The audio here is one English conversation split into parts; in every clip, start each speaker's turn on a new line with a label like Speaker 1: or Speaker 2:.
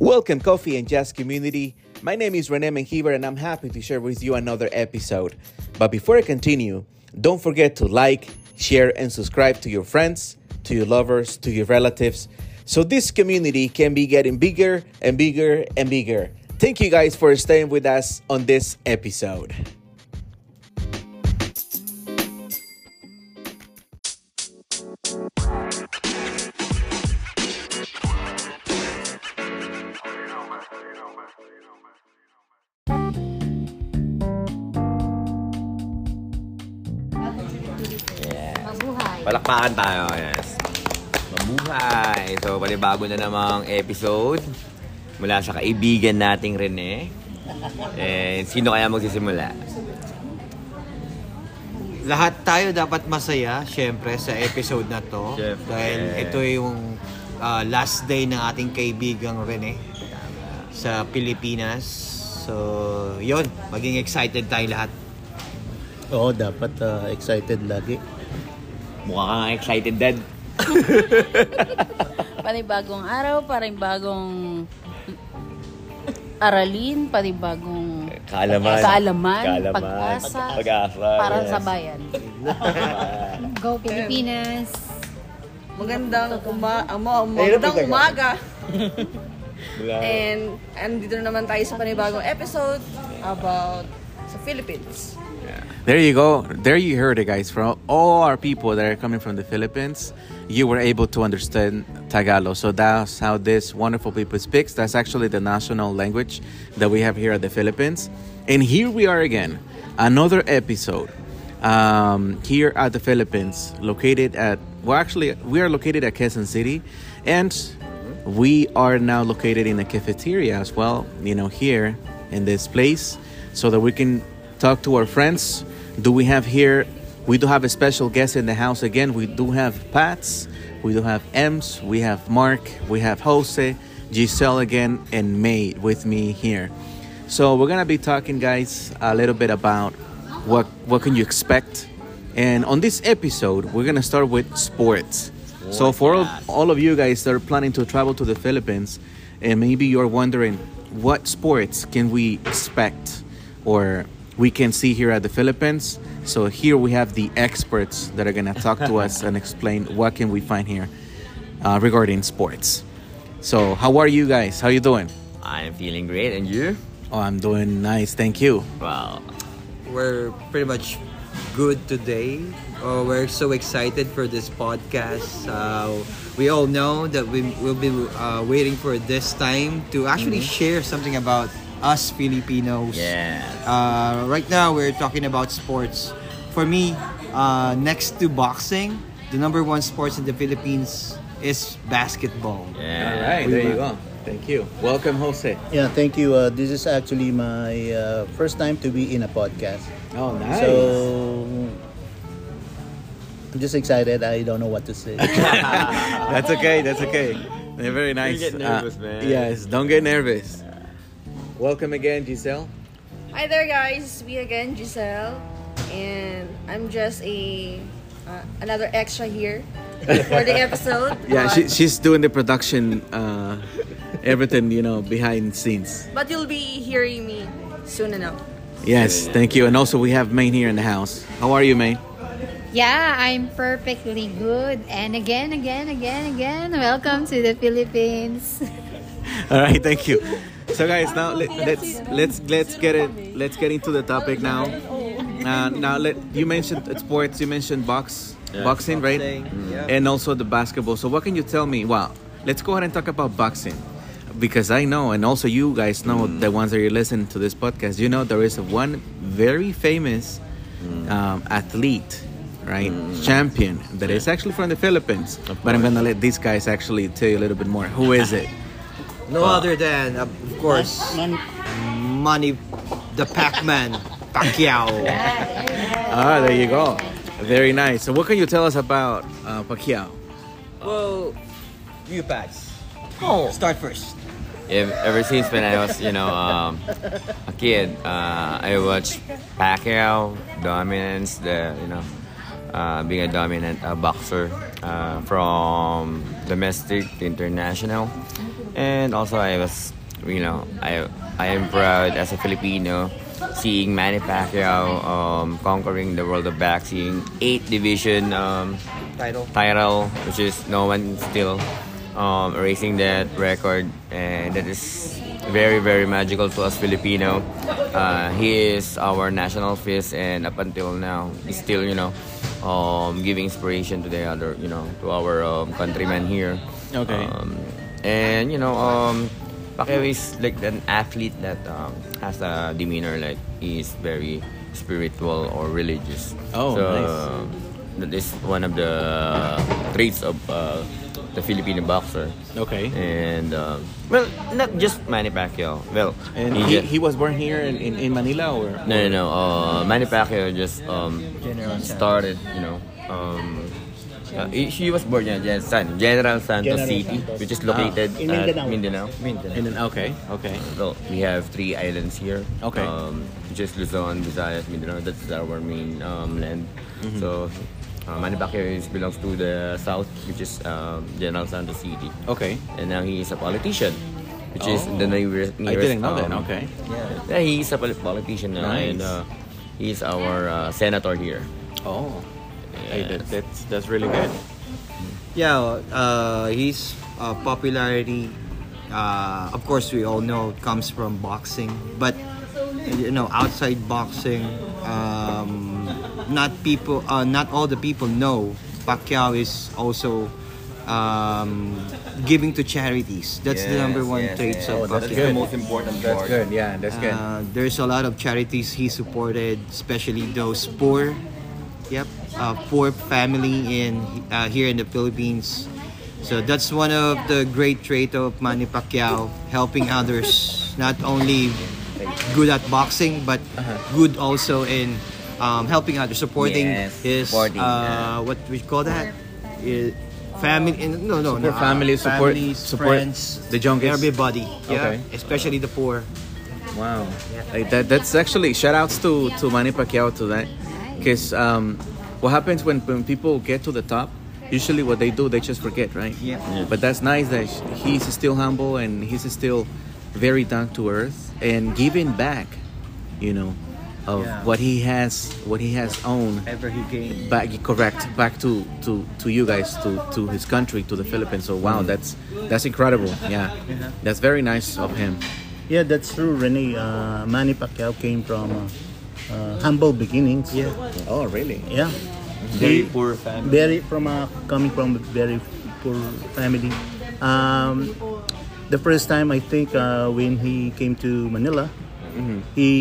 Speaker 1: Welcome, Coffee and Jazz community. My name is Rene Menjivar, and I'm happy to share with you another episode. But before I continue, don't forget to like, share, and subscribe to your friends, to your lovers, to your relatives, so this community can be getting bigger and bigger and bigger. Thank you guys for staying with us on this episode.
Speaker 2: Mabuhay.
Speaker 3: Palakpakan tayo, yes. Mabuhay! So, panibago na namang episode mula sa kaibigan nating Rene. And sino kaya magsisimula?
Speaker 4: Lahat tayo dapat masaya, syempre, sa episode na to.
Speaker 3: Syempre.
Speaker 4: Dahil ito yung ah, last day ng ating kaibigang Rene sa Pilipinas. So, yon maging excited tayo lahat.
Speaker 5: Oo, dapat ah, excited lagi.
Speaker 3: Mukha kang excited, Dad.
Speaker 2: Panibagong araw, panibagong aralin, panibagong
Speaker 3: Kaalaman.
Speaker 2: kaalaman,
Speaker 3: Kaalaman.
Speaker 2: pag-asa,
Speaker 3: Pag-asa,
Speaker 2: para
Speaker 3: yes.
Speaker 2: sa bayan.
Speaker 6: Go Pilipinas!
Speaker 7: Magandang uma ama, magandang umaga.
Speaker 1: Ah.
Speaker 7: And andito na naman tayo sa panibagong episode about sa Philippines.
Speaker 1: There you go. There you heard it, guys. From all our people that are coming from the Philippines, you were able to understand Tagalog. So that's how this wonderful people speaks. That's actually the national language that we have here at the Philippines. And here we are again, another episode um, here at the Philippines, located at well, actually, we are located at Quezon City, and we are now located in a cafeteria as well. You know, here in this place, so that we can talk to our friends. Do we have here? We do have a special guest in the house again. We do have Pats, we do have Ems, we have Mark, we have Jose, Giselle again, and May with me here. So we're gonna be talking, guys, a little bit about what what can you expect. And on this episode, we're gonna start with sports. So for all, all of you guys that are planning to travel to the Philippines, and maybe you're wondering what sports can we expect or we can see here at the Philippines. So here we have the experts that are gonna talk to us and explain what can we find here uh, regarding sports. So how are you guys? How you doing?
Speaker 3: I'm feeling great. And you?
Speaker 1: Oh, I'm doing nice. Thank you.
Speaker 3: Wow.
Speaker 4: We're pretty much good today. Oh, we're so excited for this podcast. Uh, we all know that we will be uh, waiting for this time to actually share something about us Filipinos.
Speaker 3: Yes.
Speaker 4: Uh, right now, we're talking about sports. For me, uh, next to boxing, the number one sports in the Philippines is basketball.
Speaker 3: Yeah.
Speaker 1: there you go. Thank you. Welcome, Jose.
Speaker 5: Yeah, thank you. Uh, this is actually my uh, first time to be in a podcast.
Speaker 1: Oh, nice.
Speaker 5: So, I'm just excited. I don't know what to say.
Speaker 1: that's okay. That's okay. They're very nice. uh,
Speaker 3: get nervous, man.
Speaker 1: Yes, don't get nervous. Welcome again, Giselle.
Speaker 7: Hi there guys, me again Giselle and I'm just a uh, another extra here for the episode.
Speaker 1: Yeah,
Speaker 7: but,
Speaker 1: she, she's doing the production, uh, everything, you know, behind scenes.
Speaker 7: but you'll be hearing me soon enough.
Speaker 1: Yes, thank you. And also, we have Maine here in the house. How are you, Maine?
Speaker 6: Yeah, I'm perfectly good. And again, again, again, again, welcome to the Philippines.
Speaker 1: All right, thank you. So, guys, now let, let's let's let's get it. Let's get into the topic now. Uh, now, let you mentioned sports. You mentioned box, boxing, right?
Speaker 4: boxing, yeah.
Speaker 1: And also the basketball. So, what can you tell me? Well, let's go ahead and talk about boxing because I know, and also you guys know,
Speaker 4: Mm.
Speaker 1: the ones that you're listening to this podcast. You know, there is one very famous
Speaker 4: Mm.
Speaker 1: um, athlete, right? Champion that is actually from the Philippines. But I'm gonna let these guys actually tell you a little bit more. Who is it?
Speaker 4: No other than, of course, Money, the Pac-Man, Pacquiao.
Speaker 1: Ah, there you go. Very nice. So, what can you tell us about uh, Pacquiao?
Speaker 4: Well, you pass.
Speaker 1: Oh.
Speaker 4: Start first.
Speaker 3: Ev- ever since when I was, you know, um, a kid, uh, I watched Pacquiao, Dominance, the, you know, uh, being a dominant uh, boxer uh, from domestic to international. And also, I was, you know, I I am proud as a Filipino seeing Manny Pacquiao um, conquering the world of boxing, eight division um,
Speaker 4: Title.
Speaker 3: title, which is no one still um, erasing that record, and that is very very magical to us Filipino. Uh, he is our national fist, and up until now, he's still you know um, giving inspiration to the other you know to our um, countrymen here.
Speaker 1: Okay.
Speaker 3: Um, and you know, um, Pacquiao is like an athlete that um, has a demeanor like he is very spiritual or religious.
Speaker 1: Oh,
Speaker 3: so,
Speaker 1: nice.
Speaker 3: That is one of the traits of uh, the Filipino boxer.
Speaker 1: Okay.
Speaker 3: And um, well, not just Manny Pacquiao. Well,
Speaker 1: And he,
Speaker 3: ju-
Speaker 1: he was born here in, in, in Manila or?
Speaker 3: no, no, no. Uh, Manny Pacquiao just um, started, you know. Um, uh, he- she was born in General San, General Santos
Speaker 5: General
Speaker 3: City,
Speaker 5: Santos.
Speaker 3: which is located
Speaker 5: In
Speaker 3: at
Speaker 5: Mindanao.
Speaker 3: Mindanao.
Speaker 1: And then, okay, okay.
Speaker 3: So we have three islands here.
Speaker 1: Okay.
Speaker 3: Um, just Luzon, Visayas, Mindanao. That's our main um, land. So uh, Manny Pacquiao is, belongs to the south, which is um, General Santos City.
Speaker 1: Okay.
Speaker 3: And now he is a politician, which is the nearest.
Speaker 1: I didn't know that.
Speaker 3: um,
Speaker 1: Okay.
Speaker 3: yeah, he is a poli- politician now,
Speaker 1: Nice.
Speaker 3: and uh, he's our uh, senator here.
Speaker 1: Oh. Hey, that,
Speaker 3: Yes.
Speaker 1: that's that's really good.
Speaker 4: Yeah, uh, his uh, popularity, uh, of course, we all know comes from boxing, but you know, outside boxing, um, not people, uh, not all the people know Pacquiao is also um, giving to charities. That's the number one trait of
Speaker 3: That's the
Speaker 4: Pacquiao.
Speaker 3: most important part.
Speaker 1: Yeah, that's
Speaker 4: Uh, there's a lot of charities he supported, especially those poor, yep, uh, poor family in uh, here in the Philippines. So that's one of the great trait of Manny Pacquiao, helping others. Not only good at boxing, but
Speaker 1: Uh-huh.
Speaker 4: good also in um, helping others, supporting
Speaker 3: Yes,
Speaker 4: his
Speaker 3: supporting,
Speaker 4: uh, what we call that. I- Family, no, no, no. uh,
Speaker 1: Support family, support-
Speaker 4: families,
Speaker 1: support
Speaker 4: friends,
Speaker 1: the youngest.
Speaker 4: everybody, yeah,
Speaker 1: Okay.
Speaker 4: especially the poor.
Speaker 1: Wow. Like that that's actually shout outs to, to Manny Pacquiao to that. Because um, what happens when, when people get to the top, usually what they do, they just forget, right?
Speaker 4: Yeah. Yeah.
Speaker 1: But that's nice that he's still humble and he's still very down to earth and giving back, you know, of
Speaker 4: Yeah.
Speaker 1: what he has what he has owned
Speaker 4: Ever he gained.
Speaker 1: back correct back to to to you guys to to his country to the philippines so wow that's that's incredible yeah that's very nice of him
Speaker 5: Yeah, that's true, Rene. Uh, Manny Pacquiao came from uh, uh, humble beginnings. Yeah.
Speaker 1: oh really
Speaker 5: Yeah.
Speaker 3: Very
Speaker 5: He-
Speaker 3: poor family.
Speaker 5: very from a coming from a very poor family. Um, the first time I think uh, when he came to Manila,
Speaker 3: Mm-hmm.
Speaker 5: he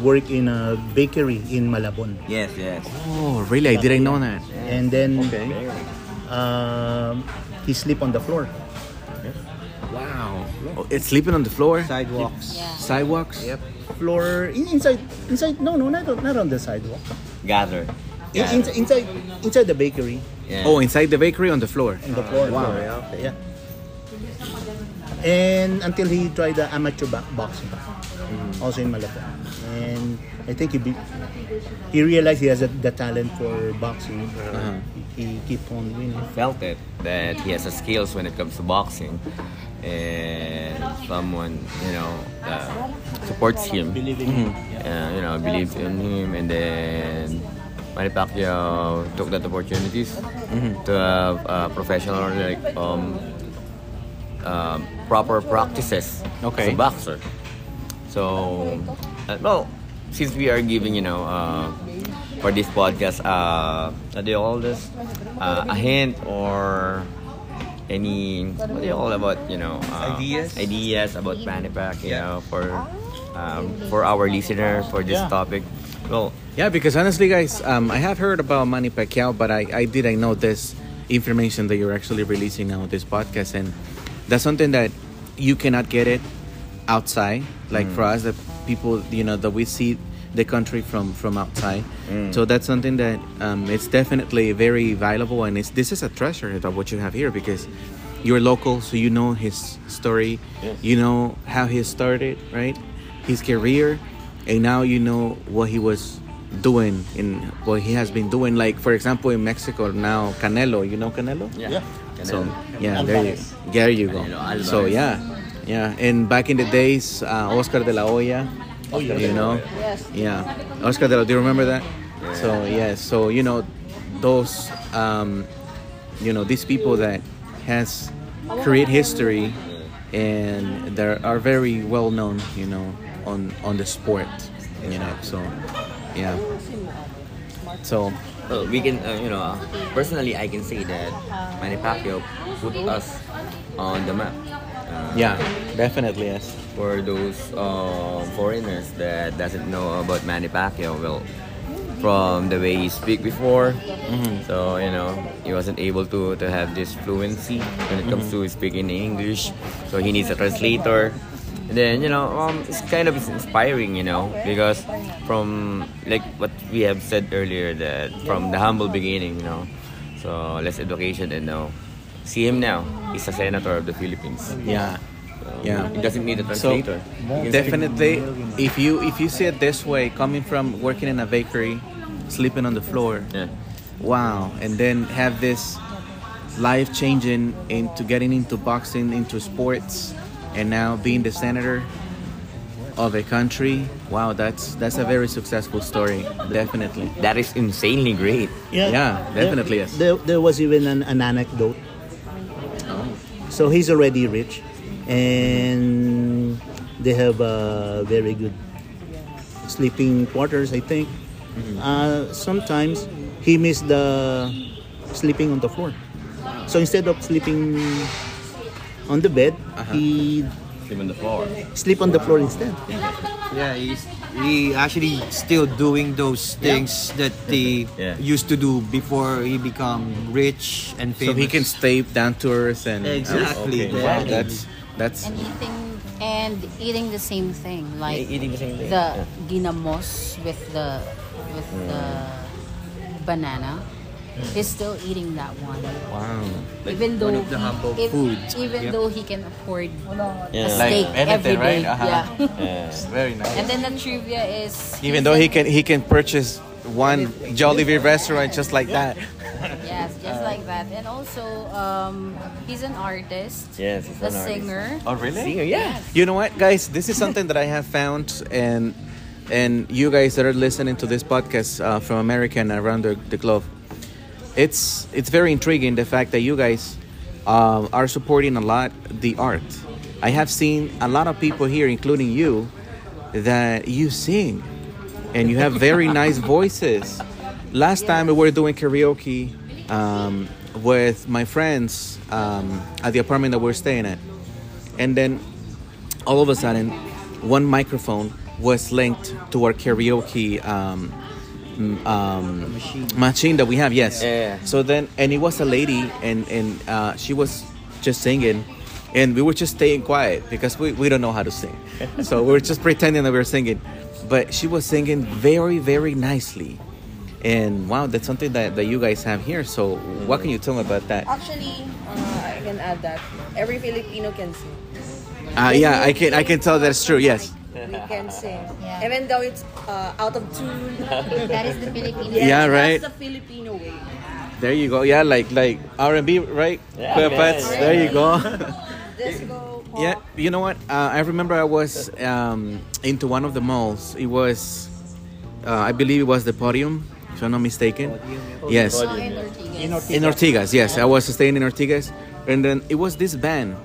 Speaker 5: worked in a bakery in Malabon,
Speaker 3: Yes, yes.
Speaker 1: oh really i didn't know that
Speaker 5: and then
Speaker 1: okay
Speaker 5: um, he slept on the floor.
Speaker 1: wow oh, it's sleeping on the floor
Speaker 4: sidewalks.
Speaker 2: Yeah.
Speaker 1: sidewalks
Speaker 4: Yep.
Speaker 5: Floor in, inside, inside. No, no, not on- not on the sidewalk.
Speaker 3: Gather.
Speaker 5: In,
Speaker 3: Gather.
Speaker 5: in- inside, inside the bakery
Speaker 3: Yeah.
Speaker 1: oh inside the bakery on the floor
Speaker 5: on the floor.
Speaker 4: Wow. Okay.
Speaker 5: Yeah. And until he tried the amateur ba- boxing, also in Malacca. And I think he be- he realized he has a, the talent for boxing. He, he keep on winning.
Speaker 3: felt it that he has the skills when it comes to boxing and someone you know uh, supports him
Speaker 5: Believing him.
Speaker 3: uh, you know believes in him and then Manny Pacquiao took that opportunities to have uh, professional like um, uh, proper practices
Speaker 1: Okay.
Speaker 3: as a boxer so, uh, well, since we are giving, you know, uh, for this podcast, uh, what do you call this? Uh, a hint or any, what do you call about, you know, uh,
Speaker 4: Ideas?
Speaker 3: Ideas about Panipack, you know, for, um, for our listener, for this
Speaker 5: Yeah.
Speaker 3: topic. Well,
Speaker 1: yeah because honestly guys um, i have heard about manny pacquiao but i i didn't know this information that you're actually releasing now on this podcast and that's something that you cannot get it outside like for us the people you know that we see the country from from outside so that's something that um, it's definitely very valuable and it's this is a treasure that what you have here because you're local so you know his story you know how he started right his career and now you know what he was doing in what he has been doing. Like for example, in Mexico now, Canelo. You know Canelo?
Speaker 3: Yeah. And
Speaker 1: So
Speaker 3: then-
Speaker 1: yeah, there you, there you go.
Speaker 3: Canelo Alvarez.
Speaker 1: So yeah, yeah. And back in the days, uh, Oscar de la Hoya.
Speaker 3: Oh,
Speaker 1: you know,
Speaker 7: Yes.
Speaker 1: yeah, Oscar de la. Do you remember that? So yeah, so you know, those, um, you know, these people that has create history, and they are very well known, you know, on on the sport, you know. So yeah, so
Speaker 3: Well, we can, uh, you know, uh, personally, I can say that Manny Pacquiao put us on the map. Uh,
Speaker 1: yeah, definitely yes.
Speaker 3: For those uh, foreigners that doesn't know about Manny Pacquiao, well, from the way he speak before,
Speaker 1: Mm-hmm.
Speaker 3: so you know, he wasn't able to, to have this fluency when it
Speaker 1: Mm-hmm.
Speaker 3: comes to speaking in English. So he needs a translator. And then you know, um, it's kind of inspiring, you know, because from like what we have said earlier, that from the humble beginning, you know, so less education and now see him now. He's a senator of the Philippines.
Speaker 1: Yeah. Yeah.
Speaker 3: It doesn't need a
Speaker 1: So
Speaker 3: translator.
Speaker 1: definitely if you if you see it this way, coming from working in a bakery, sleeping on the floor,
Speaker 3: Yeah.
Speaker 1: wow, and then have this life changing into getting into boxing, into sports, and now being the senator of a country. Wow, that's that's a very successful story. Definitely.
Speaker 3: That is insanely great.
Speaker 1: Yeah, definitely, yes.
Speaker 5: There, there was even an, an anecdote.
Speaker 1: Oh.
Speaker 5: So he's already rich, and they have uh, very good sleeping quarters, I think.
Speaker 1: Mm-hmm.
Speaker 5: Uh, sometimes he missed the sleeping on the floor. So instead of sleeping on the bed,
Speaker 1: Uh-huh.
Speaker 5: he
Speaker 3: Sleep on the floor.
Speaker 5: sleep on the floor instead.
Speaker 4: Yeah, he's he actually still doing those things that he
Speaker 3: Yeah.
Speaker 4: used to do before he become rich and
Speaker 1: So
Speaker 4: famous.
Speaker 1: he can stay down to earth and
Speaker 4: Exactly.
Speaker 1: Okay, Wow,
Speaker 4: Exactly.
Speaker 1: that's that's
Speaker 2: And eating and eating the same thing like
Speaker 3: E-, Eating the same thing. Mm.
Speaker 2: the ginamos with the with the banana. He's still eating that one.
Speaker 1: wow.
Speaker 2: even though
Speaker 4: one of the humble
Speaker 2: he, if-
Speaker 4: foods.
Speaker 2: even
Speaker 4: Yep.
Speaker 2: though he can afford
Speaker 3: Yeah.
Speaker 1: Like
Speaker 2: a steak
Speaker 1: anything,
Speaker 2: every day.
Speaker 1: right? Uh-huh.
Speaker 2: Yeah.
Speaker 3: Yeah.
Speaker 1: Very nice.
Speaker 2: And then the trivia is
Speaker 1: Even though he can he can purchase one Jollibee restaurant just like that.
Speaker 2: yes, just like that. And also, um, he's an artist.
Speaker 3: Yes, he's
Speaker 2: a
Speaker 3: an artist.
Speaker 2: singer.
Speaker 1: Oh really?
Speaker 3: Singer, yeah.
Speaker 1: You know what, guys? This is something that I have found, and and you guys that are listening to this podcast uh, from America and around the, the globe, it's it's very intriguing the fact that you guys um are supporting a lot the art. I have seen a lot of people here, including you, that you sing, and you have very nice voices. Last time we were doing karaoke um, with my friends um, at the apartment that we're staying at, and then all of a sudden, one microphone was linked to our karaoke um, m- um, machine. that we have. Yes.
Speaker 3: Yeah.
Speaker 1: So then, and it was a lady, and and uh, she was just singing, and we were just staying quiet because we, we don't know how to sing, so we were just pretending that we were singing, but she was singing very very nicely. And wow, that's something that, that you guys have here. So, what can you tell me about that?
Speaker 7: Actually, uh, I can add that every Filipino can sing.
Speaker 1: Uh, yeah, I can I can tell that's true. Yes.
Speaker 7: We can sing.
Speaker 6: Yeah.
Speaker 7: Even though it's uh, out of tune.
Speaker 6: That is the Filipino.
Speaker 1: Yeah, right.
Speaker 7: That's the Filipino way.
Speaker 1: There you go. Yeah, like like R and B, right?
Speaker 3: Yeah.
Speaker 1: Queer Pets.
Speaker 3: Yeah.
Speaker 1: There you go.
Speaker 7: Disco, pop.
Speaker 1: yeah. You know what? Uh, I remember I was um, into one of the malls. It was, uh, I believe it was the Podium, if I'm not mistaken. Yes.
Speaker 2: Entertainment.
Speaker 1: In Ortigas, yes. I was staying in Ortigas. And then it was this band,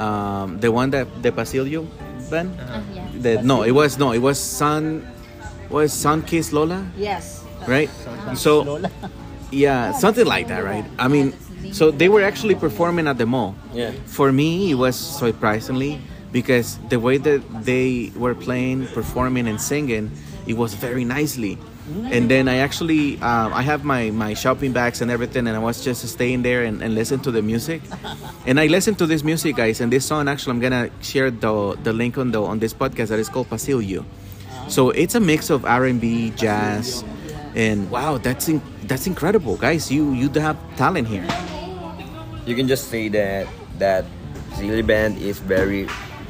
Speaker 1: um, the one that, the Pasillo band?
Speaker 2: yeah.
Speaker 1: The, no, it was, no, it was Sun, was Sun Kiss Lola?
Speaker 7: Yes.
Speaker 1: right? So, yeah, something like that, right? I mean, so they were actually performing at the mall.
Speaker 3: Yeah.
Speaker 1: For me, it was surprisingly because the way that they were playing, performing, and singing, it was very nicely. And then I actually, um, I have my, my shopping bags and everything, and I was just staying there and, and listen to the music. And I listened to this music, guys, and this song. Actually, I'm gonna share the the link on the on this podcast that is called Pasillo. So it's a mix of R&B, jazz, and wow, that's in, that's incredible, guys. You you have talent here.
Speaker 3: You can just say that that Zilly band is very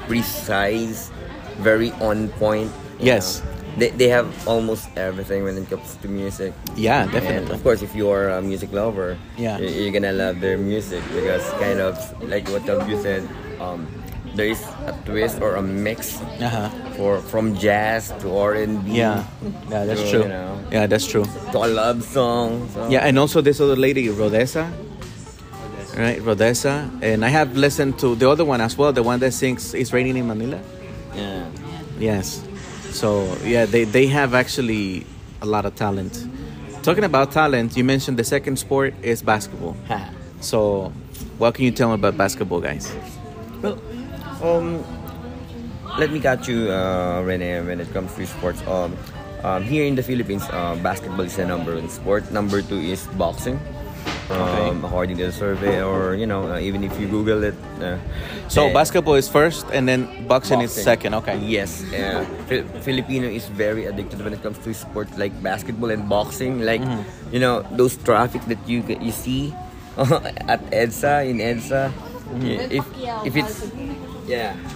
Speaker 3: precise, very on point. you
Speaker 1: Yes.
Speaker 3: know. they, they have almost everything when it comes to music.
Speaker 1: Yeah,
Speaker 3: And
Speaker 1: definitely.
Speaker 3: of course, if you are a music lover,
Speaker 1: Yeah.
Speaker 3: you- you're gonna love their music because kind of like what you said, um, there is a twist or a mix
Speaker 1: Uh-huh.
Speaker 3: for from jazz to R and B.
Speaker 1: Yeah, yeah, that's
Speaker 3: So,
Speaker 1: true.
Speaker 3: you know.
Speaker 1: Yeah, that's true.
Speaker 3: to a love song. So.
Speaker 1: Yeah, and also this other lady, Rodessa. Right, Rodessa. And I have listened to the other one as well, the one that sings It's Raining in Manila.
Speaker 3: yeah.
Speaker 1: Yes. So, yeah, they, they have actually a lot of talent. Talking about talent, you mentioned the second sport is basketball. so, what can you tell me about basketball, guys?
Speaker 3: Well, um, let me catch you, uh, Rene, when it comes to sports. Um, um, here in the Philippines, uh, basketball is the number one sport. Number two is boxing. Um, According to the survey, or you know, uh, even if you Google it. Uh,
Speaker 1: So,
Speaker 3: eh,
Speaker 1: basketball is first, and then boxing, is
Speaker 3: boxing.
Speaker 1: second. Okay.
Speaker 3: Yes. Uh, Fi- Filipino is very addicted when it comes to sports like basketball and boxing. Like, you know, those traffic that you get- you see at EDSA in EDSA. y- If if it's yeah.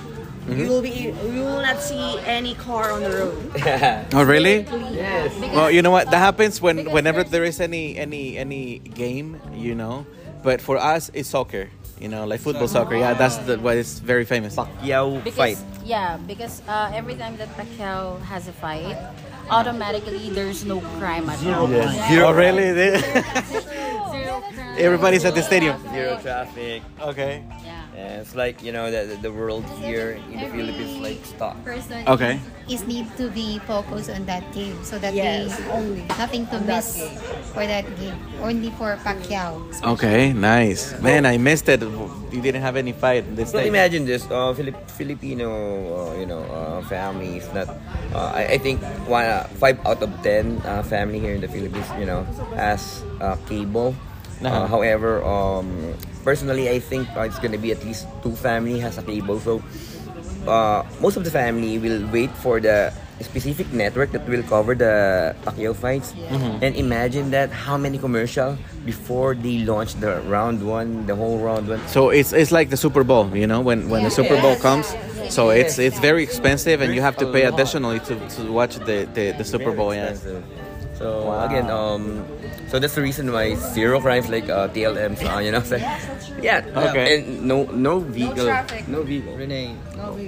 Speaker 1: Mm-hmm.
Speaker 7: You will be. You will not see any car on the road.
Speaker 1: Oh, really?
Speaker 3: Yes.
Speaker 1: Well, you know what? That happens when whenever there is any any any game, you know. But for us, it's soccer. You know, like football, soccer. Yeah, that's the, what is very famous.
Speaker 3: Yao fight.
Speaker 2: Because, yeah, because uh, every time that Pacquiao has a fight, automatically there's no crime at all.
Speaker 5: Yes.
Speaker 1: Oh, really? They-
Speaker 2: Zero crime.
Speaker 1: Everybody's at the stadium.
Speaker 3: Zero traffic.
Speaker 1: Okay.
Speaker 2: Yeah.
Speaker 3: Yeah, it's like you know the the world here in the
Speaker 6: Every
Speaker 3: Philippines like stop.
Speaker 6: Person
Speaker 1: Okay.
Speaker 6: is need to be focused on that game so that
Speaker 7: Yes,
Speaker 6: they
Speaker 7: only
Speaker 6: nothing to miss for that game. Only for Pacquiao.
Speaker 1: Okay. Nice. Man, I missed it. You didn't have any fight this
Speaker 3: So
Speaker 1: day.
Speaker 3: imagine this, uh, Filip- Filipino, uh, you know, uh, families. Not, uh, I, I think one, uh, five out of ten uh, family here in the Philippines, you know, has uh, cable. Uh,
Speaker 1: Uh-huh.
Speaker 3: however, um, personally, I think uh, it's gonna be at least two family has a cable. So uh, most of the family will wait for the specific network that will cover the Pacquiao fights. And imagine that how many commercial before they launch the round one, the whole round one.
Speaker 1: So it's it's like the Super Bowl, you know, when when the Super Bowl comes. So it's it's very expensive, and you have to pay additionally to, to watch the, the, the Super
Speaker 3: Very
Speaker 1: Bowl. Yeah.
Speaker 3: expensive. So again, um, so that's the reason why zero crimes like uh, TLMs, uh, you know, so, yeah,
Speaker 1: Okay.
Speaker 3: and no no vehicle,
Speaker 7: traffic.
Speaker 3: no vehicle.
Speaker 4: Renee,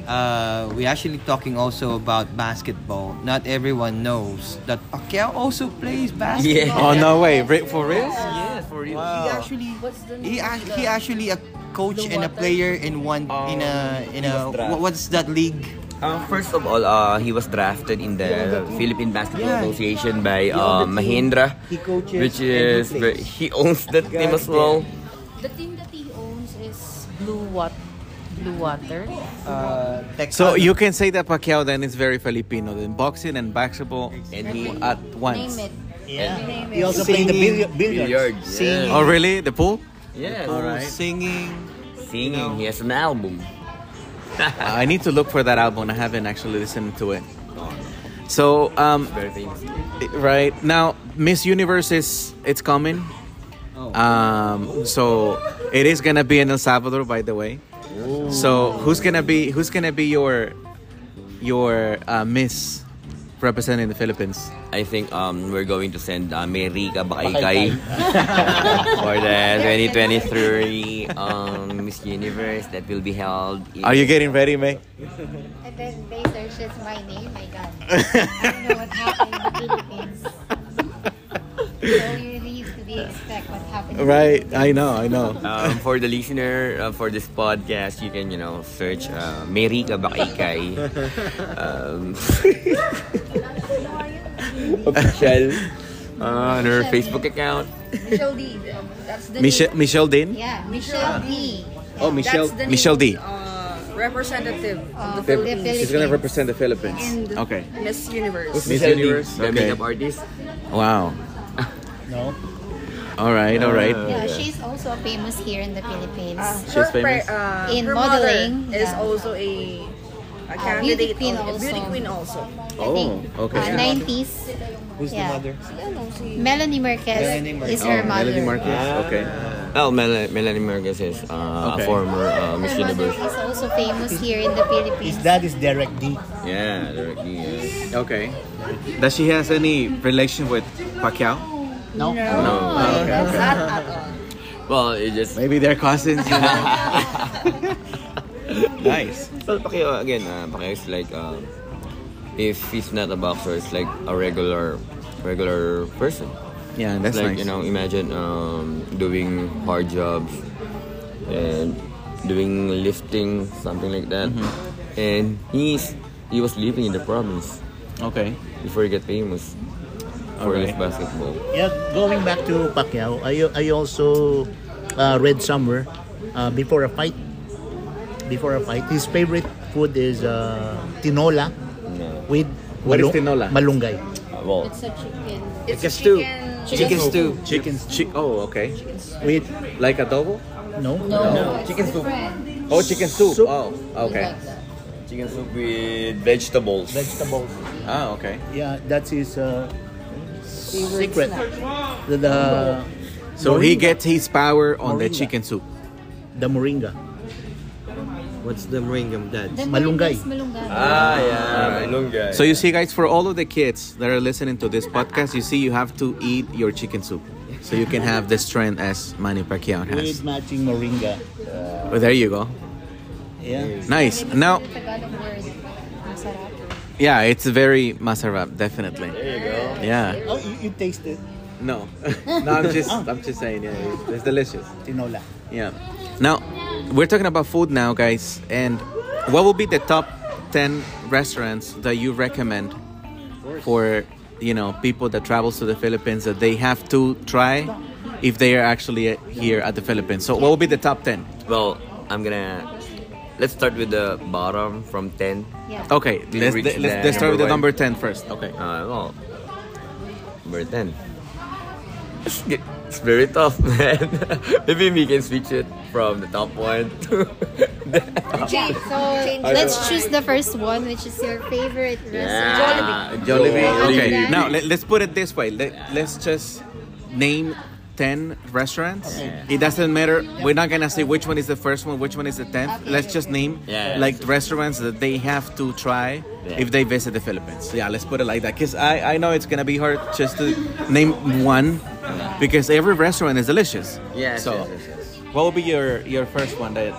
Speaker 4: uh, we actually talking also about basketball. Not everyone knows that Pacquiao also plays
Speaker 1: Oh
Speaker 4: basketball.
Speaker 1: no way! Re- for real?
Speaker 4: Yes, for real. He
Speaker 1: Wow.
Speaker 4: actually,
Speaker 2: What's the name
Speaker 4: he,
Speaker 2: of
Speaker 4: ac- he
Speaker 2: the-
Speaker 4: actually a coach and a
Speaker 2: water?
Speaker 4: player in one in a in a
Speaker 3: Illustrate.
Speaker 4: wha- what's that league?
Speaker 3: Um, first of all, uh, he was drafted in the Philippine Basketball
Speaker 4: Yeah.
Speaker 3: Association by uh,
Speaker 4: owned the team.
Speaker 3: Mahindra,
Speaker 4: He coaches
Speaker 3: which
Speaker 4: and he
Speaker 3: is
Speaker 4: plays.
Speaker 3: he owns the team as well.
Speaker 2: The team that he owns is Blue Wat Blue Water.
Speaker 4: Uh,
Speaker 1: So you can say that Pacquiao then is very Filipino. Then boxing and basketball
Speaker 3: And he
Speaker 1: at once.
Speaker 2: Name it.
Speaker 3: yeah.
Speaker 5: He also played the
Speaker 4: Singing,
Speaker 5: billiard.
Speaker 3: billiards.
Speaker 5: billiards.
Speaker 4: Singing.
Speaker 1: Oh really? The pool?
Speaker 3: Yeah,
Speaker 4: all
Speaker 1: Alright.
Speaker 4: singing.
Speaker 3: singing. He has an album.
Speaker 1: I need to look for that album. I haven't actually listened to it. So um,
Speaker 3: Very famous.
Speaker 1: right now, Miss Universe is it's coming. Um, so it is gonna be in El Salvador, by the way. So who's gonna be who's gonna be your your uh, Miss representing the Philippines?
Speaker 3: I think um, we're going to send uh, Mary Kabaikay for the 2023 um, Miss Universe that will be held. In
Speaker 1: Are you getting ready, May?
Speaker 6: And then they search just my name, my God. I don't know what happened in the Philippines. So you need to be expect what happened. in the
Speaker 1: Right, I know, I know.
Speaker 3: Um, for the listener uh, for this podcast, you can you know search uh, Mary Kabaikay um, official uh, on her Facebook account.
Speaker 7: Michelle D. That's the
Speaker 1: Michelle,
Speaker 7: name.
Speaker 1: Michelle Dean.
Speaker 6: Yeah, Michelle D.
Speaker 1: Oh, Michelle,
Speaker 7: That's the
Speaker 1: Michelle D.
Speaker 7: name, Uh, representative of the
Speaker 6: Of the
Speaker 7: Philippines.
Speaker 6: Philippines.
Speaker 1: She's gonna represent the Philippines.
Speaker 7: And the
Speaker 1: Okay.
Speaker 7: Miss Universe.
Speaker 1: Miss
Speaker 3: Michelle Lee,
Speaker 1: Universe,
Speaker 3: the
Speaker 1: okay.
Speaker 3: makeup artist.
Speaker 1: Wow.
Speaker 5: No.
Speaker 1: All right, all right.
Speaker 6: Yeah, she's also famous here in the Philippines.
Speaker 4: Ah.
Speaker 1: She's famous?
Speaker 7: uh,
Speaker 6: In
Speaker 7: her
Speaker 6: modeling,
Speaker 7: mother is
Speaker 6: yeah.
Speaker 7: also a, a candidate,
Speaker 6: beauty queen
Speaker 7: al- a Uh, beauty
Speaker 6: also.
Speaker 7: queen also.
Speaker 6: I think,
Speaker 1: Oh, okay.
Speaker 6: Uh, 90s.
Speaker 4: Who's the
Speaker 6: Yeah.
Speaker 4: mother?
Speaker 7: Si ano, si...
Speaker 6: Melanie Marquez
Speaker 4: Melanie Marquez.
Speaker 6: is
Speaker 1: Oh,
Speaker 6: her mother.
Speaker 1: Melody Marquez.
Speaker 4: Ah.
Speaker 1: Okay.
Speaker 3: Oh, Mel- Melanie Marquez is uh,
Speaker 1: Okay.
Speaker 3: a former uh, Miss
Speaker 6: Her mother
Speaker 3: Universe.
Speaker 6: is also famous here in the
Speaker 5: His
Speaker 6: Philippines.
Speaker 5: dad is Derek D.
Speaker 3: Yeah, directly. Yeah.
Speaker 1: Okay. Does she has any relation with Pacquiao?
Speaker 5: No?
Speaker 3: No.
Speaker 1: Oh, okay. okay.
Speaker 7: Not at all.
Speaker 3: Well, it just
Speaker 1: Maybe they're cousins. You know? nice.
Speaker 3: Well, Pacquiao, again, uh, Pacquiao is like, uh, if he's not a boxer, it's like a regular, regular person.
Speaker 1: Yeah, that's
Speaker 3: like,
Speaker 1: nice.
Speaker 3: you know, imagine um, doing hard jobs and doing lifting, something like that.
Speaker 1: Mm-hmm.
Speaker 3: And he's, he was living in the province
Speaker 1: Okay.
Speaker 3: before he got famous for
Speaker 1: Alright.
Speaker 3: his basketball.
Speaker 5: Yeah, going back to Pacquiao, I, I also uh, read somewhere uh, before a fight, before a fight, his favorite food is uh, tinola
Speaker 3: Yeah.
Speaker 5: with
Speaker 1: What is tinola?
Speaker 5: malunggay.
Speaker 3: Uh, well,
Speaker 6: It's a chicken.
Speaker 7: It's
Speaker 4: Because two.
Speaker 7: chicken...
Speaker 4: Chicken stew.
Speaker 1: Chicken. Chi- oh, okay.
Speaker 5: With
Speaker 1: Like adobo?
Speaker 5: no,
Speaker 2: No,
Speaker 6: it's
Speaker 4: Chicken soup.
Speaker 6: different.
Speaker 1: Oh, chicken soup.
Speaker 5: Soup.
Speaker 1: Oh, okay.
Speaker 2: Like that.
Speaker 3: chicken soup with vegetables.
Speaker 5: vegetables.
Speaker 1: Ah, okay.
Speaker 5: Yeah, that's his uh, secret. The, the
Speaker 1: So he
Speaker 5: Moringa.
Speaker 1: gets his power on the
Speaker 5: Moringa.
Speaker 1: chicken soup.
Speaker 5: the moringa.
Speaker 4: What's the ring of that?
Speaker 6: The
Speaker 5: Malunggay.
Speaker 6: Marquez Malunggay.
Speaker 3: Ah, yeah. Malunggay.
Speaker 1: So you see, guys, for all of the kids that are listening to this podcast, you see, you have to eat your chicken soup so you can have the strength as Manny Pacquiao
Speaker 5: With
Speaker 1: has.
Speaker 5: matching moringa.
Speaker 1: Well, there you go.
Speaker 5: Yeah.
Speaker 1: Nice. Now,
Speaker 6: The Tagalog word. Masarap.
Speaker 1: yeah, it's very masarap, definitely.
Speaker 3: there you go.
Speaker 1: Yeah.
Speaker 5: Oh, you, you taste it,
Speaker 1: No, no, I'm just, I'm just saying. Yeah, it's, it's delicious.
Speaker 5: tinola.
Speaker 1: Yeah. Now, we're talking about food now, guys. And what would be the top 10 restaurants that you recommend for, you know, people that travels to the Philippines that they have to try if they are actually uh, here at the Philippines? So, what would be the top 10?
Speaker 3: Well, I'm gonna let's start with the bottom from ten.
Speaker 6: Yeah.
Speaker 1: Okay, let's,
Speaker 3: Reach
Speaker 1: let's,
Speaker 3: the
Speaker 1: let's start with the
Speaker 3: number
Speaker 1: number 10
Speaker 3: one.
Speaker 1: first. Okay.
Speaker 3: Uh, well, number ten. It's, get- it's very tough, man. Maybe we can switch it from the top one to the
Speaker 7: Change, so, change
Speaker 6: Let's choose the first one, which is your favorite restaurant.
Speaker 3: yeah.
Speaker 1: Jollibee. Okay.
Speaker 6: Jollibee.
Speaker 1: Now let, us put it this way. Let, Let's just name ten restaurants. It doesn't matter. We're not gonna say which one is the first one, which one is the tenth.
Speaker 6: Okay,
Speaker 1: let's
Speaker 6: okay,
Speaker 1: just name
Speaker 3: Yeah, yeah.
Speaker 1: like restaurants that they have to try
Speaker 3: Yeah.
Speaker 1: if they visit the Philippines. Yeah, let's put it like that. Cause I I know it's gonna be hard just to name one because every restaurant is delicious.
Speaker 3: Yes,
Speaker 1: So
Speaker 3: yes, yes, yes.
Speaker 1: what would be your your first one? That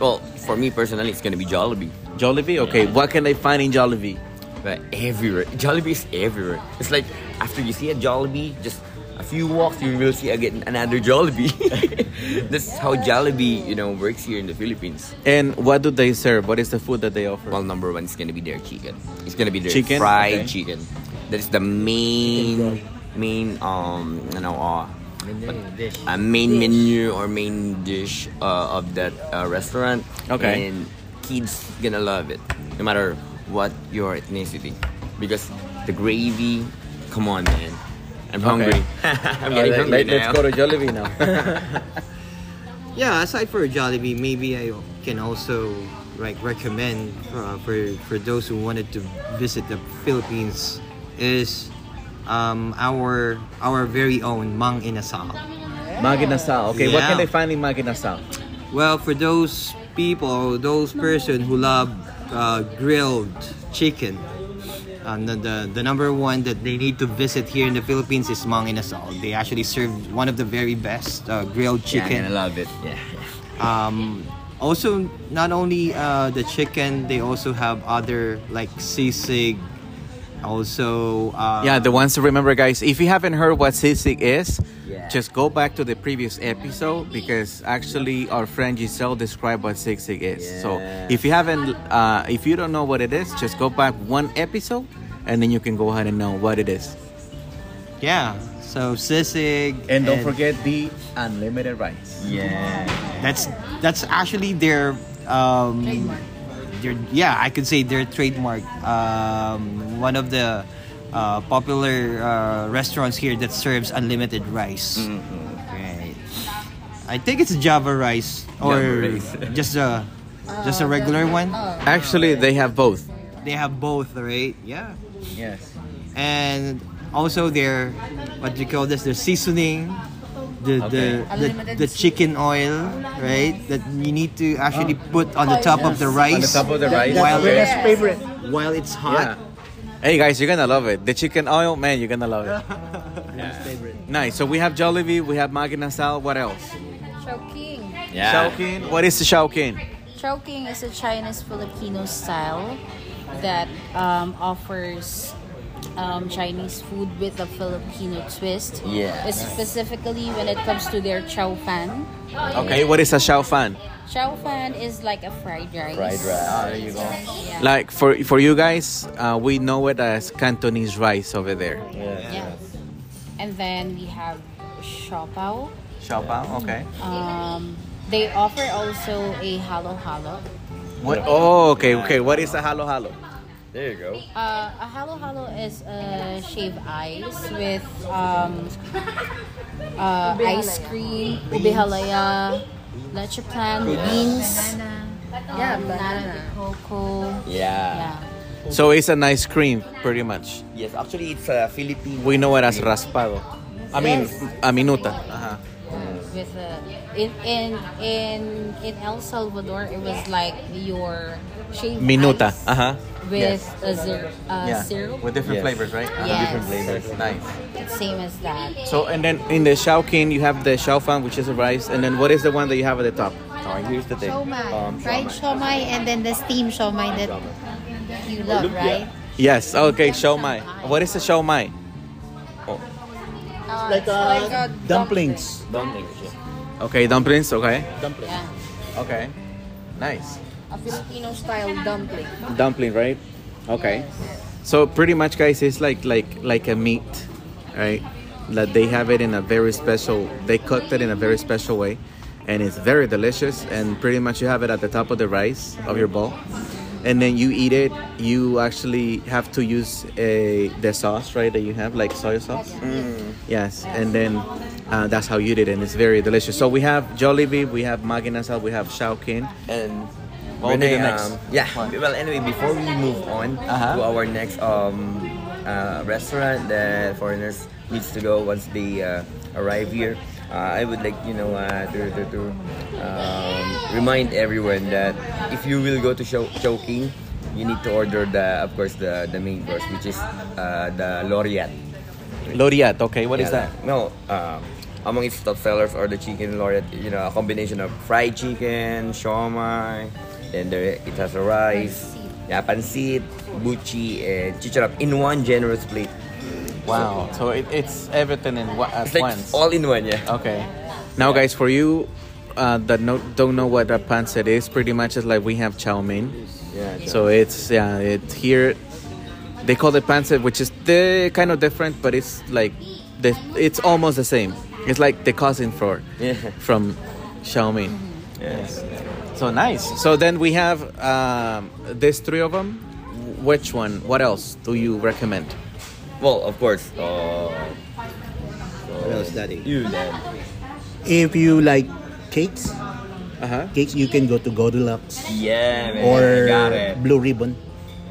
Speaker 3: Well, for me personally, it's gonna be Jollibee.
Speaker 1: Jollibee. Okay. What can they find in Jollibee?
Speaker 3: But everywhere, Jollibee is everywhere. It's like after you see a Jollibee, just a few walks, you will see again another Jollibee. That's how Jollibee, you know, works here in the Philippines.
Speaker 1: And what do they serve? What is the food that they offer?
Speaker 3: Well, number one is gonna be their chicken. It's gonna be their
Speaker 1: Chicken?
Speaker 3: fried
Speaker 1: Okay.
Speaker 3: chicken. That is the main, main, um, you know, uh, a main menu or main dish uh, of that uh, restaurant.
Speaker 1: Okay.
Speaker 3: And kids gonna love it, no matter what your ethnicity, because the gravy. Come on, man. I'm hungry. I'm getting hungry now.
Speaker 1: us go to Jollibee now.
Speaker 4: Yeah, aside for Jollibee, maybe I can also like recommend uh, for for those who wanted to visit the Philippines is um, our our very own Mang Inasal.
Speaker 1: Maginasal. Okay, what
Speaker 4: Yeah.
Speaker 1: can they find in Maginasal?
Speaker 4: Well, for those people, those person who love uh, grilled chicken, um, the, the the number one that they need to visit here in the Philippines is Mang Inasal. They actually serve one of the very best uh, grilled
Speaker 3: Yeah, I'm
Speaker 4: chicken.
Speaker 3: gonna love it. Yeah.
Speaker 4: Um, also, not only uh, the chicken, they also have other like sisig. Also, uh,
Speaker 1: Yeah, the ones to remember, guys. If you haven't heard what sisig is,
Speaker 3: Yeah.
Speaker 1: just go back to the previous episode because actually our friend Giselle described what sisig is. So
Speaker 3: Yeah.
Speaker 1: if you haven't, uh, if you don't know what it is, just go back one episode and then you can go ahead and know what it is.
Speaker 4: yeah. So sisig,
Speaker 1: And don't forget the unlimited rice.
Speaker 3: Yeah.
Speaker 4: that's that's actually their um, their yeah, I could say their trademark. Um, one of the uh, popular uh, restaurants here that serves unlimited rice.
Speaker 1: Mm-hmm.
Speaker 4: Right. I think it's Java rice or
Speaker 3: Java rice.
Speaker 4: just a just a regular one.
Speaker 1: Actually, they have both.
Speaker 4: They have both, right? Yeah.
Speaker 1: Yes.
Speaker 4: And also their what do you call this? Their seasoning, the the, the
Speaker 7: Unlimited
Speaker 4: the chicken oil, right? That you need to actually put on the top of the rice.
Speaker 1: Oh. On the top of the rice.
Speaker 4: Wild
Speaker 1: okay.
Speaker 5: That's
Speaker 7: rice.
Speaker 5: favorite.
Speaker 4: while it's
Speaker 1: Yeah.
Speaker 4: hot.
Speaker 1: Hey guys, you're gonna love it. The chicken oil, man, you're gonna love it.
Speaker 4: favorite.
Speaker 1: Nice. So we have Jollibee, we have Maggie Nasal. What else?
Speaker 2: Choking.
Speaker 3: Yeah.
Speaker 1: Shaokin. What is the Shaokin?
Speaker 2: Choking is a Chinese Filipino style that um, offers um, Chinese food with a Filipino twist.
Speaker 3: Yeah.
Speaker 2: Specifically when it comes to their chow fan.
Speaker 1: Okay, what is a Shao Fan?
Speaker 2: Chow fan is like a fried rice.
Speaker 3: Fried rice. There you go.
Speaker 2: Yeah.
Speaker 1: Like for for you guys, uh, we know it as Cantonese rice over there.
Speaker 2: yeah. And then we have Shopao.
Speaker 1: Shao Pao, okay.
Speaker 2: Um, they offer also a halo halo.
Speaker 1: What? Oh, okay, okay. What is a halo halo?
Speaker 3: There you go.
Speaker 2: Uh, a halo halo is uh, shaved ice with um, uh, ice cream, ube halaya, leche plan, beans,
Speaker 7: Yeah,
Speaker 2: um, banana de coco.
Speaker 3: Yeah.
Speaker 2: Yeah.
Speaker 1: So it's an ice cream, pretty much.
Speaker 3: Yes, actually it's a Philippine.
Speaker 1: We know it as raspado. I mean, a minuta. Uh-huh.
Speaker 2: With the in in in in El Salvador, it was like your shaved
Speaker 1: Minuta.
Speaker 2: ice
Speaker 1: Uh huh.
Speaker 2: with a zero, uh, syrup.
Speaker 1: With different
Speaker 3: Yes.
Speaker 1: flavors, right? Uh-huh.
Speaker 2: Yes.
Speaker 1: Different Oh, flavors. Nice.
Speaker 2: It's same as that.
Speaker 1: So and then in the Shaokin you have the Shaofan, which is a rice, and then what is the one that you have at the top?
Speaker 3: Oh, here's the thing.
Speaker 6: Shomai,
Speaker 3: Um,
Speaker 6: fried shomai, and then the steamed shomai that you love, right?
Speaker 1: Yes. Okay, Shaomai. What is the Shaomai?
Speaker 2: Uh,
Speaker 3: Oh
Speaker 5: Like, uh,
Speaker 7: like a
Speaker 5: dumplings.
Speaker 3: dumpling.
Speaker 1: Okay, dumplings. Okay.
Speaker 5: Dumplings.
Speaker 2: yeah.
Speaker 1: Okay. Nice.
Speaker 7: A Filipino style dumpling.
Speaker 1: Dumpling, right? Okay. So pretty much, guys, it's like like like a meat, right? That they have it in a very special. They cooked it in a very special way, and it's very delicious. And pretty much, you have it at the top of the rice of your bowl, and then you eat it. You actually have to use a the sauce, right? That you have like soy sauce.
Speaker 3: Mm.
Speaker 1: Yes, and then uh, that's how you did it, and it's very delicious. So we have Jollibee, we have Maggi Nasal, we have Shaokin.
Speaker 3: And
Speaker 1: What would be
Speaker 3: Renee,
Speaker 1: the next
Speaker 3: um, yeah. Well, anyway, before we move on
Speaker 1: Uh-huh.
Speaker 3: to our next um, uh, restaurant that foreigners needs to go once they uh, arrive here, uh, I would like you know uh, to, to, to um, remind everyone that if you will go to Shou- Chowking, you need to order the of course the, the main course, which is uh, the loriat.
Speaker 1: Loriat. Okay, what
Speaker 3: What
Speaker 1: is
Speaker 3: is
Speaker 1: that?
Speaker 3: No, um, among its top sellers are the chicken loriat, you know, a combination of fried chicken, shawmai, then there, it has a rice, yeah, pancit, buchi, and chicharap in one generous plate.
Speaker 1: Wow. So it, it's everything in one at
Speaker 3: It's like
Speaker 1: once.
Speaker 3: all in one, yeah.
Speaker 1: okay. Now, guys, for you uh, that no, don't know what a pancit is, pretty much it's like we have chow mein.
Speaker 3: Yeah,
Speaker 1: So it's yeah, it here they call it pancit, which is the kind of different, but it's like the it's almost the same. It's like the cousin for
Speaker 3: Yeah.
Speaker 1: from chow mein.
Speaker 3: yes.
Speaker 1: So nice. So then we have um, these three of them. Which one? What else do you recommend?
Speaker 3: Well, of course. Uh,
Speaker 4: What else, Daddy?
Speaker 3: you then.
Speaker 5: If you like cakes,
Speaker 1: Uh huh.
Speaker 5: cakes you can go to Goldilocks
Speaker 3: Yeah, man.
Speaker 5: or
Speaker 3: got it.
Speaker 5: Blue Ribbon.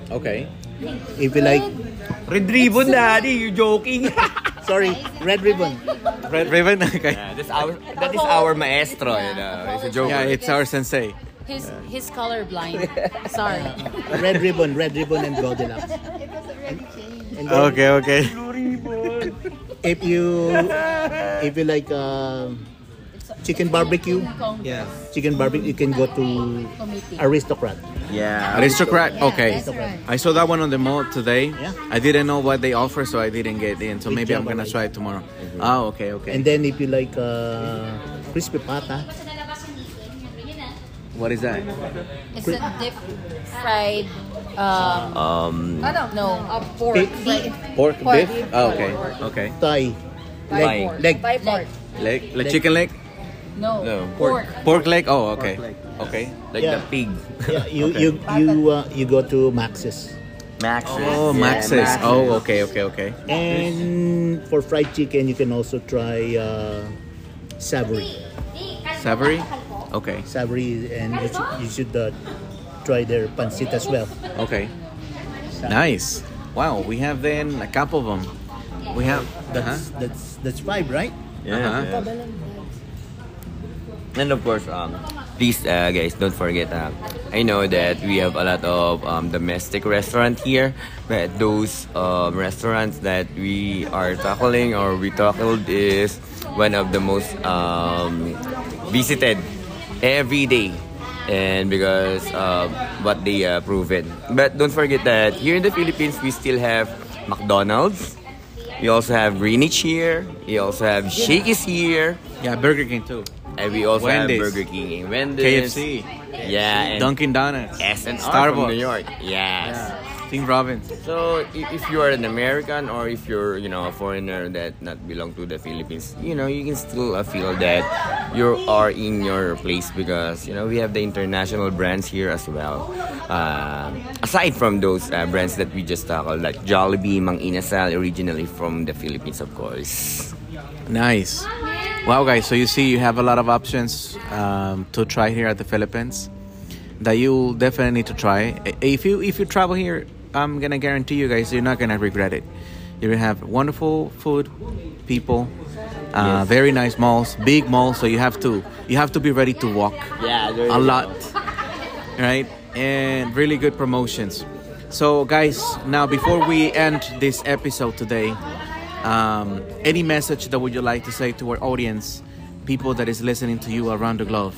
Speaker 1: Okay.
Speaker 5: If you like,
Speaker 3: Red ribbon, daddy. You joking?
Speaker 5: sorry, Red Ribbon.
Speaker 1: Red Raven. Okay.
Speaker 3: yeah, that's our that is our maestro. You know, it's a joke.
Speaker 1: Yeah, it's our sensei.
Speaker 2: His his color blind. Sorry.
Speaker 5: Red Ribbon, Red Ribbon, and Goldilocks.
Speaker 6: It was already changed.
Speaker 5: And then
Speaker 1: Okay, okay.
Speaker 5: if you if you like um chicken barbecue,
Speaker 4: Yeah.
Speaker 5: chicken barbecue, you can go to Aristocrat.
Speaker 3: yeah.
Speaker 1: Aristocrat. Okay.
Speaker 6: That's right.
Speaker 1: I saw that one on the mall today.
Speaker 5: Yeah.
Speaker 1: I didn't know what they offer, so I didn't get in. So
Speaker 5: With
Speaker 1: maybe I'm gonna try it
Speaker 5: jambalaya.
Speaker 1: tomorrow. Oh, okay, okay.
Speaker 5: Mm-hmm. And then if you like uh, crispy pata,
Speaker 1: what is that?
Speaker 2: It's a deep fried um
Speaker 3: Um.
Speaker 7: I don't
Speaker 2: No.
Speaker 7: know. A pork.
Speaker 5: Pig.
Speaker 7: Like,
Speaker 1: Pork
Speaker 7: Pork.
Speaker 1: beef. Oh, okay, okay.
Speaker 5: Thai,
Speaker 7: by
Speaker 3: Leg.
Speaker 7: pork.
Speaker 5: Leg.
Speaker 7: By pork.
Speaker 1: Leg, like chicken leg,
Speaker 2: no,
Speaker 3: No.
Speaker 2: pork.
Speaker 1: pork leg. Oh, okay,
Speaker 4: leg.
Speaker 1: okay.
Speaker 3: Like
Speaker 5: Yeah.
Speaker 3: the pig.
Speaker 5: yeah, you you you uh, you go to Max's.
Speaker 3: Max's.
Speaker 1: Oh,
Speaker 3: Yeah,
Speaker 1: Max's. Oh, okay, okay, okay.
Speaker 5: And for fried chicken, you can also try uh, savory.
Speaker 1: Savory. Okay,
Speaker 5: Savory, and you should, you should uh, try their pancit as well.
Speaker 1: okay. Nice. Wow, we have then a couple of them. We have.
Speaker 5: That's that's that's five, right?
Speaker 3: Yeah,
Speaker 1: Uh-huh.
Speaker 3: yeah. And of course, um, please, uh, guys, don't forget. Um, I know that we have a lot of um, domestic restaurant here, but those um, restaurants that we are tackling or we tackled is one of the most um, visited every day, and because of what they uh, proven. But don't forget that here in the Philippines, we still have McDonald's. We also have Greenwich here. We also have Shakey's here.
Speaker 1: Yeah, Burger King too.
Speaker 3: And we also
Speaker 1: Wendy's.
Speaker 3: have Burger King, and Wendy's,
Speaker 1: KFC,
Speaker 3: yeah, and
Speaker 1: Dunkin' Donuts,
Speaker 3: SNR
Speaker 1: Starbucks.
Speaker 3: from New York. Yes.
Speaker 1: Tim Robbins.
Speaker 3: So i- if you are an American or if you're you know a foreigner that not belong to the Philippines, you know you can still uh, feel that you are in your place because you know we have the international brands here as well. Uh, aside from those uh, brands that we just tackled, like Jollibee, Mang Inasal, originally from the Philippines, of course.
Speaker 1: Nice. Wow, guys. So you see, you have a lot of options um, to try here at the Philippines that you definitely need to try. I- If you if you travel here, I'm gonna guarantee you guys, you're not gonna regret it. You're gonna have wonderful food, people, uh, very nice malls, big malls. So you have to you have to be ready to walk
Speaker 3: Yeah, there
Speaker 1: a
Speaker 3: you
Speaker 1: lot,
Speaker 3: go.
Speaker 1: right? And really good promotions. So, guys, now before we end this episode today, um, any message that would you like to say to our audience, people that is listening to you around the globe?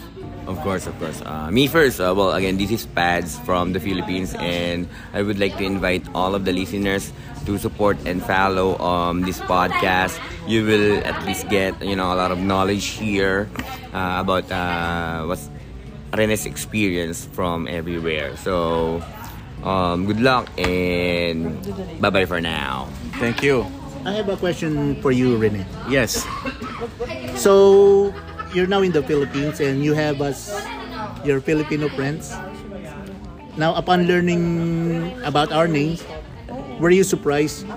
Speaker 3: Of course, of course. Uh, me first. Uh, well, again, this is Pads from the Philippines, and I would like to invite all of the listeners to support and follow um, this podcast. You will at least get you know a lot of knowledge here uh, about uh, what's Rene's experience from everywhere. So, um, good luck and bye bye for now.
Speaker 1: Thank you.
Speaker 5: I have a question for you, Rene.
Speaker 1: Yes.
Speaker 5: So you're now in the Philippines and you have us your Filipino friends. Now, upon learning about our names, were you surprised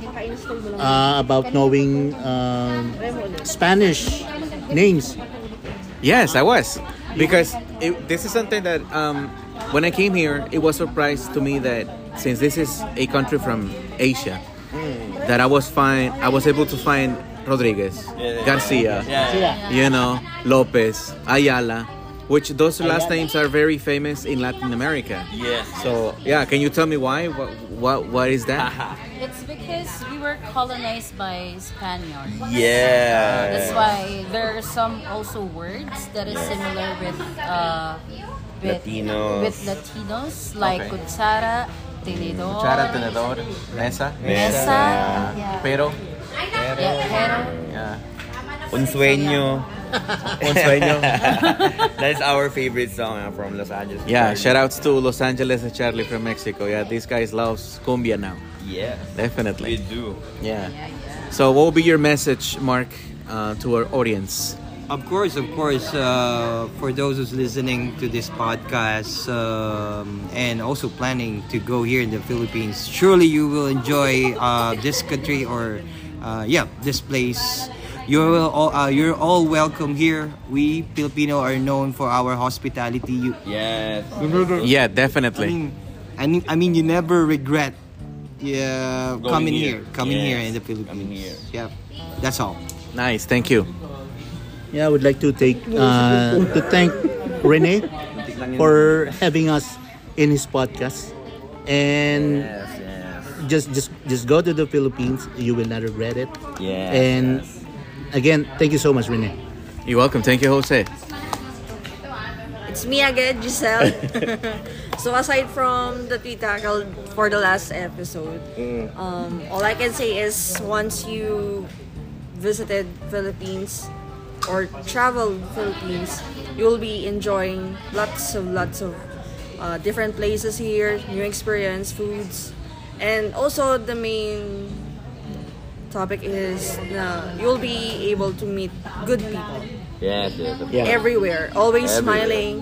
Speaker 5: uh, about knowing um, Spanish names?
Speaker 1: Yes, I was. Because it, this is something that um, when I came here, it was surprise to me that since this is a country from Asia, that I was find I was able to find Rodriguez, Garcia, you know, Lopez, Ayala, which those last names are very famous in Latin America.
Speaker 3: Yes.
Speaker 1: So yeah, can you tell me why? What what, what is that?
Speaker 2: It's because we were colonized by Spaniards.
Speaker 3: Yeah.
Speaker 2: That's why there are some also words that is similar with uh, with
Speaker 3: Latinos.
Speaker 2: with Latinos like
Speaker 1: Okay.
Speaker 2: cuchara, tenedor,
Speaker 1: mesa,
Speaker 2: mesa,
Speaker 1: pero,
Speaker 2: yeah, pero.
Speaker 1: yeah.
Speaker 3: Un sueño.
Speaker 1: Un sueño.
Speaker 3: That's our favorite song uh, from Los Angeles.
Speaker 1: Yeah, shout outs to Los Angeles and Charlie from Mexico. Yeah, these guys love cumbia now.
Speaker 3: Yes, we
Speaker 1: Definitely.
Speaker 3: do.
Speaker 1: Yeah.
Speaker 2: Yeah, yeah.
Speaker 1: So, what will be your message, Mark, uh, to our audience?
Speaker 4: Of course, of course. Uh, for those who's listening to this podcast um, and also planning to go here in the Philippines, surely you will enjoy uh, this country or, uh, yeah, this place. You're all uh, you're all welcome here. We Filipino are known for our hospitality. You,
Speaker 3: Yes.
Speaker 1: Yeah,
Speaker 4: I
Speaker 1: definitely.
Speaker 4: mean, I mean, I mean, you never regret, yeah,
Speaker 3: Going
Speaker 4: coming
Speaker 3: here.
Speaker 4: here, coming here
Speaker 3: Yes,
Speaker 4: in the Philippines.
Speaker 3: coming here.
Speaker 4: Yeah, that's all.
Speaker 1: Nice. Thank you.
Speaker 5: Yeah, I would like to take uh, to thank Rene for having us in his podcast. And
Speaker 3: Yes, yes.
Speaker 5: just just just go to the Philippines. You will not regret it.
Speaker 3: Yes,
Speaker 5: And
Speaker 3: yes.
Speaker 5: again, thank you so much, Rene.
Speaker 1: You're welcome. Thank you, Jose.
Speaker 7: It's me again, Giselle. so aside from that we tackled for the last episode, um, all I can say is once you visited Philippines or traveled Philippines, you'll be enjoying lots of lots of uh, different places here, new experience, foods, and also the main topic is na you'll be able to meet good people
Speaker 3: Yes, yes.
Speaker 7: everywhere, always
Speaker 3: Everywhere.
Speaker 7: smiling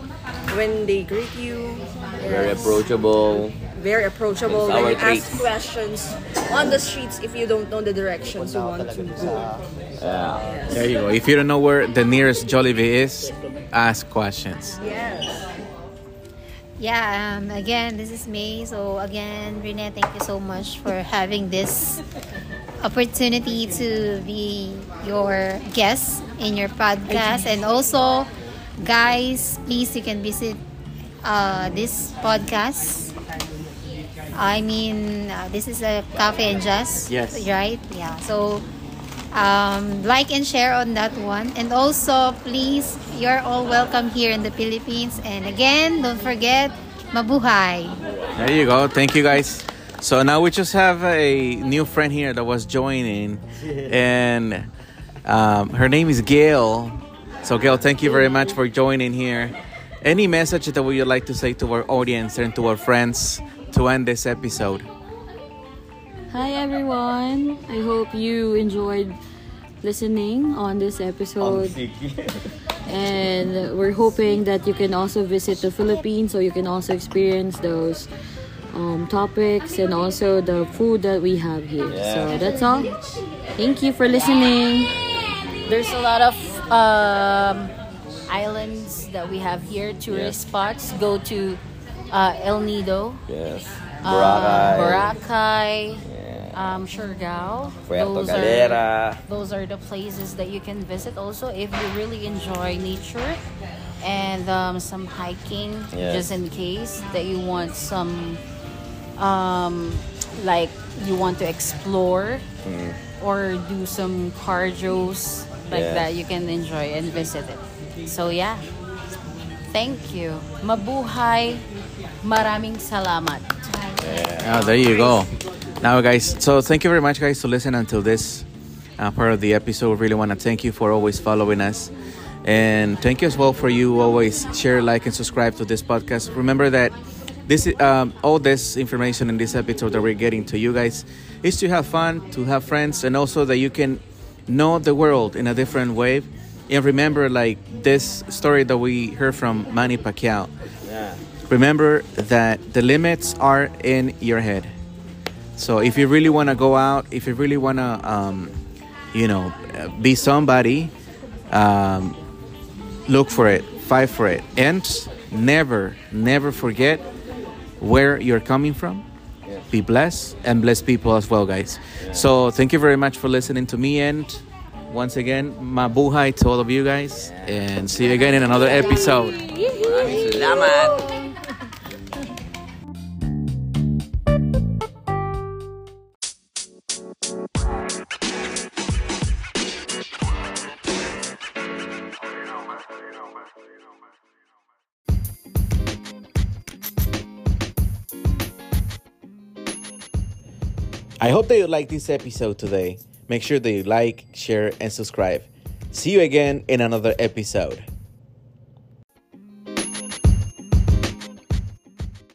Speaker 7: when they greet you.
Speaker 3: Very
Speaker 7: Yes.
Speaker 3: approachable.
Speaker 7: Very approachable.
Speaker 3: That's
Speaker 7: When you
Speaker 3: our
Speaker 7: ask
Speaker 3: treat.
Speaker 7: questions on the streets if you don't know the directions you want to go.
Speaker 3: Yeah.
Speaker 1: There you go. If you don't know where the nearest Jollibee is, ask questions.
Speaker 7: Yes.
Speaker 6: Yeah, um, again, this is May. So, again, Renee, thank you so much for having this opportunity to be your guest in your podcast. And also, guys, please you can visit uh, this podcast. I mean, uh, this is a cafe and jazz.
Speaker 1: Yes.
Speaker 6: Right? Yeah. So, um, like and share on that one. And also, please, you're all welcome here in the Philippines. And again, don't forget, mabuhay.
Speaker 1: There you go. Thank you guys. So now we just have a new friend here that was joining, and um, her name is Gail. So Gail, thank you very much for joining here. Any message that we would like to say to our audience and to our friends to end this episode?
Speaker 8: Hi everyone. I hope you enjoyed listening on this episode. And we're hoping that you can also visit the Philippines so you can also experience those um, topics and also the food that we have here. So that's all. Thank you for listening.
Speaker 2: There's a lot of um, islands that we have here, tourist spots. Go to uh, El Nido,
Speaker 3: Yes.
Speaker 2: uh,
Speaker 3: Boracay.
Speaker 2: Boracay,
Speaker 3: Yeah.
Speaker 2: um, Surigao.
Speaker 3: Puerto
Speaker 2: Those are-
Speaker 3: Galera.
Speaker 2: those are the places that you can visit also if you really enjoy nature and um, some hiking
Speaker 3: Yes.
Speaker 2: just in case that you want some um, like you want to explore
Speaker 3: Mm.
Speaker 2: or do some cardios like
Speaker 3: Yeah.
Speaker 2: that you can enjoy and visit it so yeah thank you mabuhay maraming salamat
Speaker 1: Ah, there you go. Now, guys, so thank you very much, guys, to listen until this uh, part of the episode. We really want to thank you for always following us. And thank you as well for you always share, like, and subscribe to this podcast. Remember that this i- um, all this information in this episode that we're getting to you guys is to have fun, to have friends, and also that you can know the world in a different way. And remember, like this story that we heard from Manny Pacquiao. Remember that the limits are in your head. So if you really want to go out, if you really want to, um, you know, uh, be somebody, um, look for it, fight for it, and never, never forget where you're coming from. Be blessed and bless people as well, guys. So thank you very much for listening to me and. Once again, mabuhay to all of you guys, and see you again in another episode.
Speaker 3: Salamat.
Speaker 1: I hope that you liked this episode today. Make sure that you like, share, and subscribe. See you again in another episode.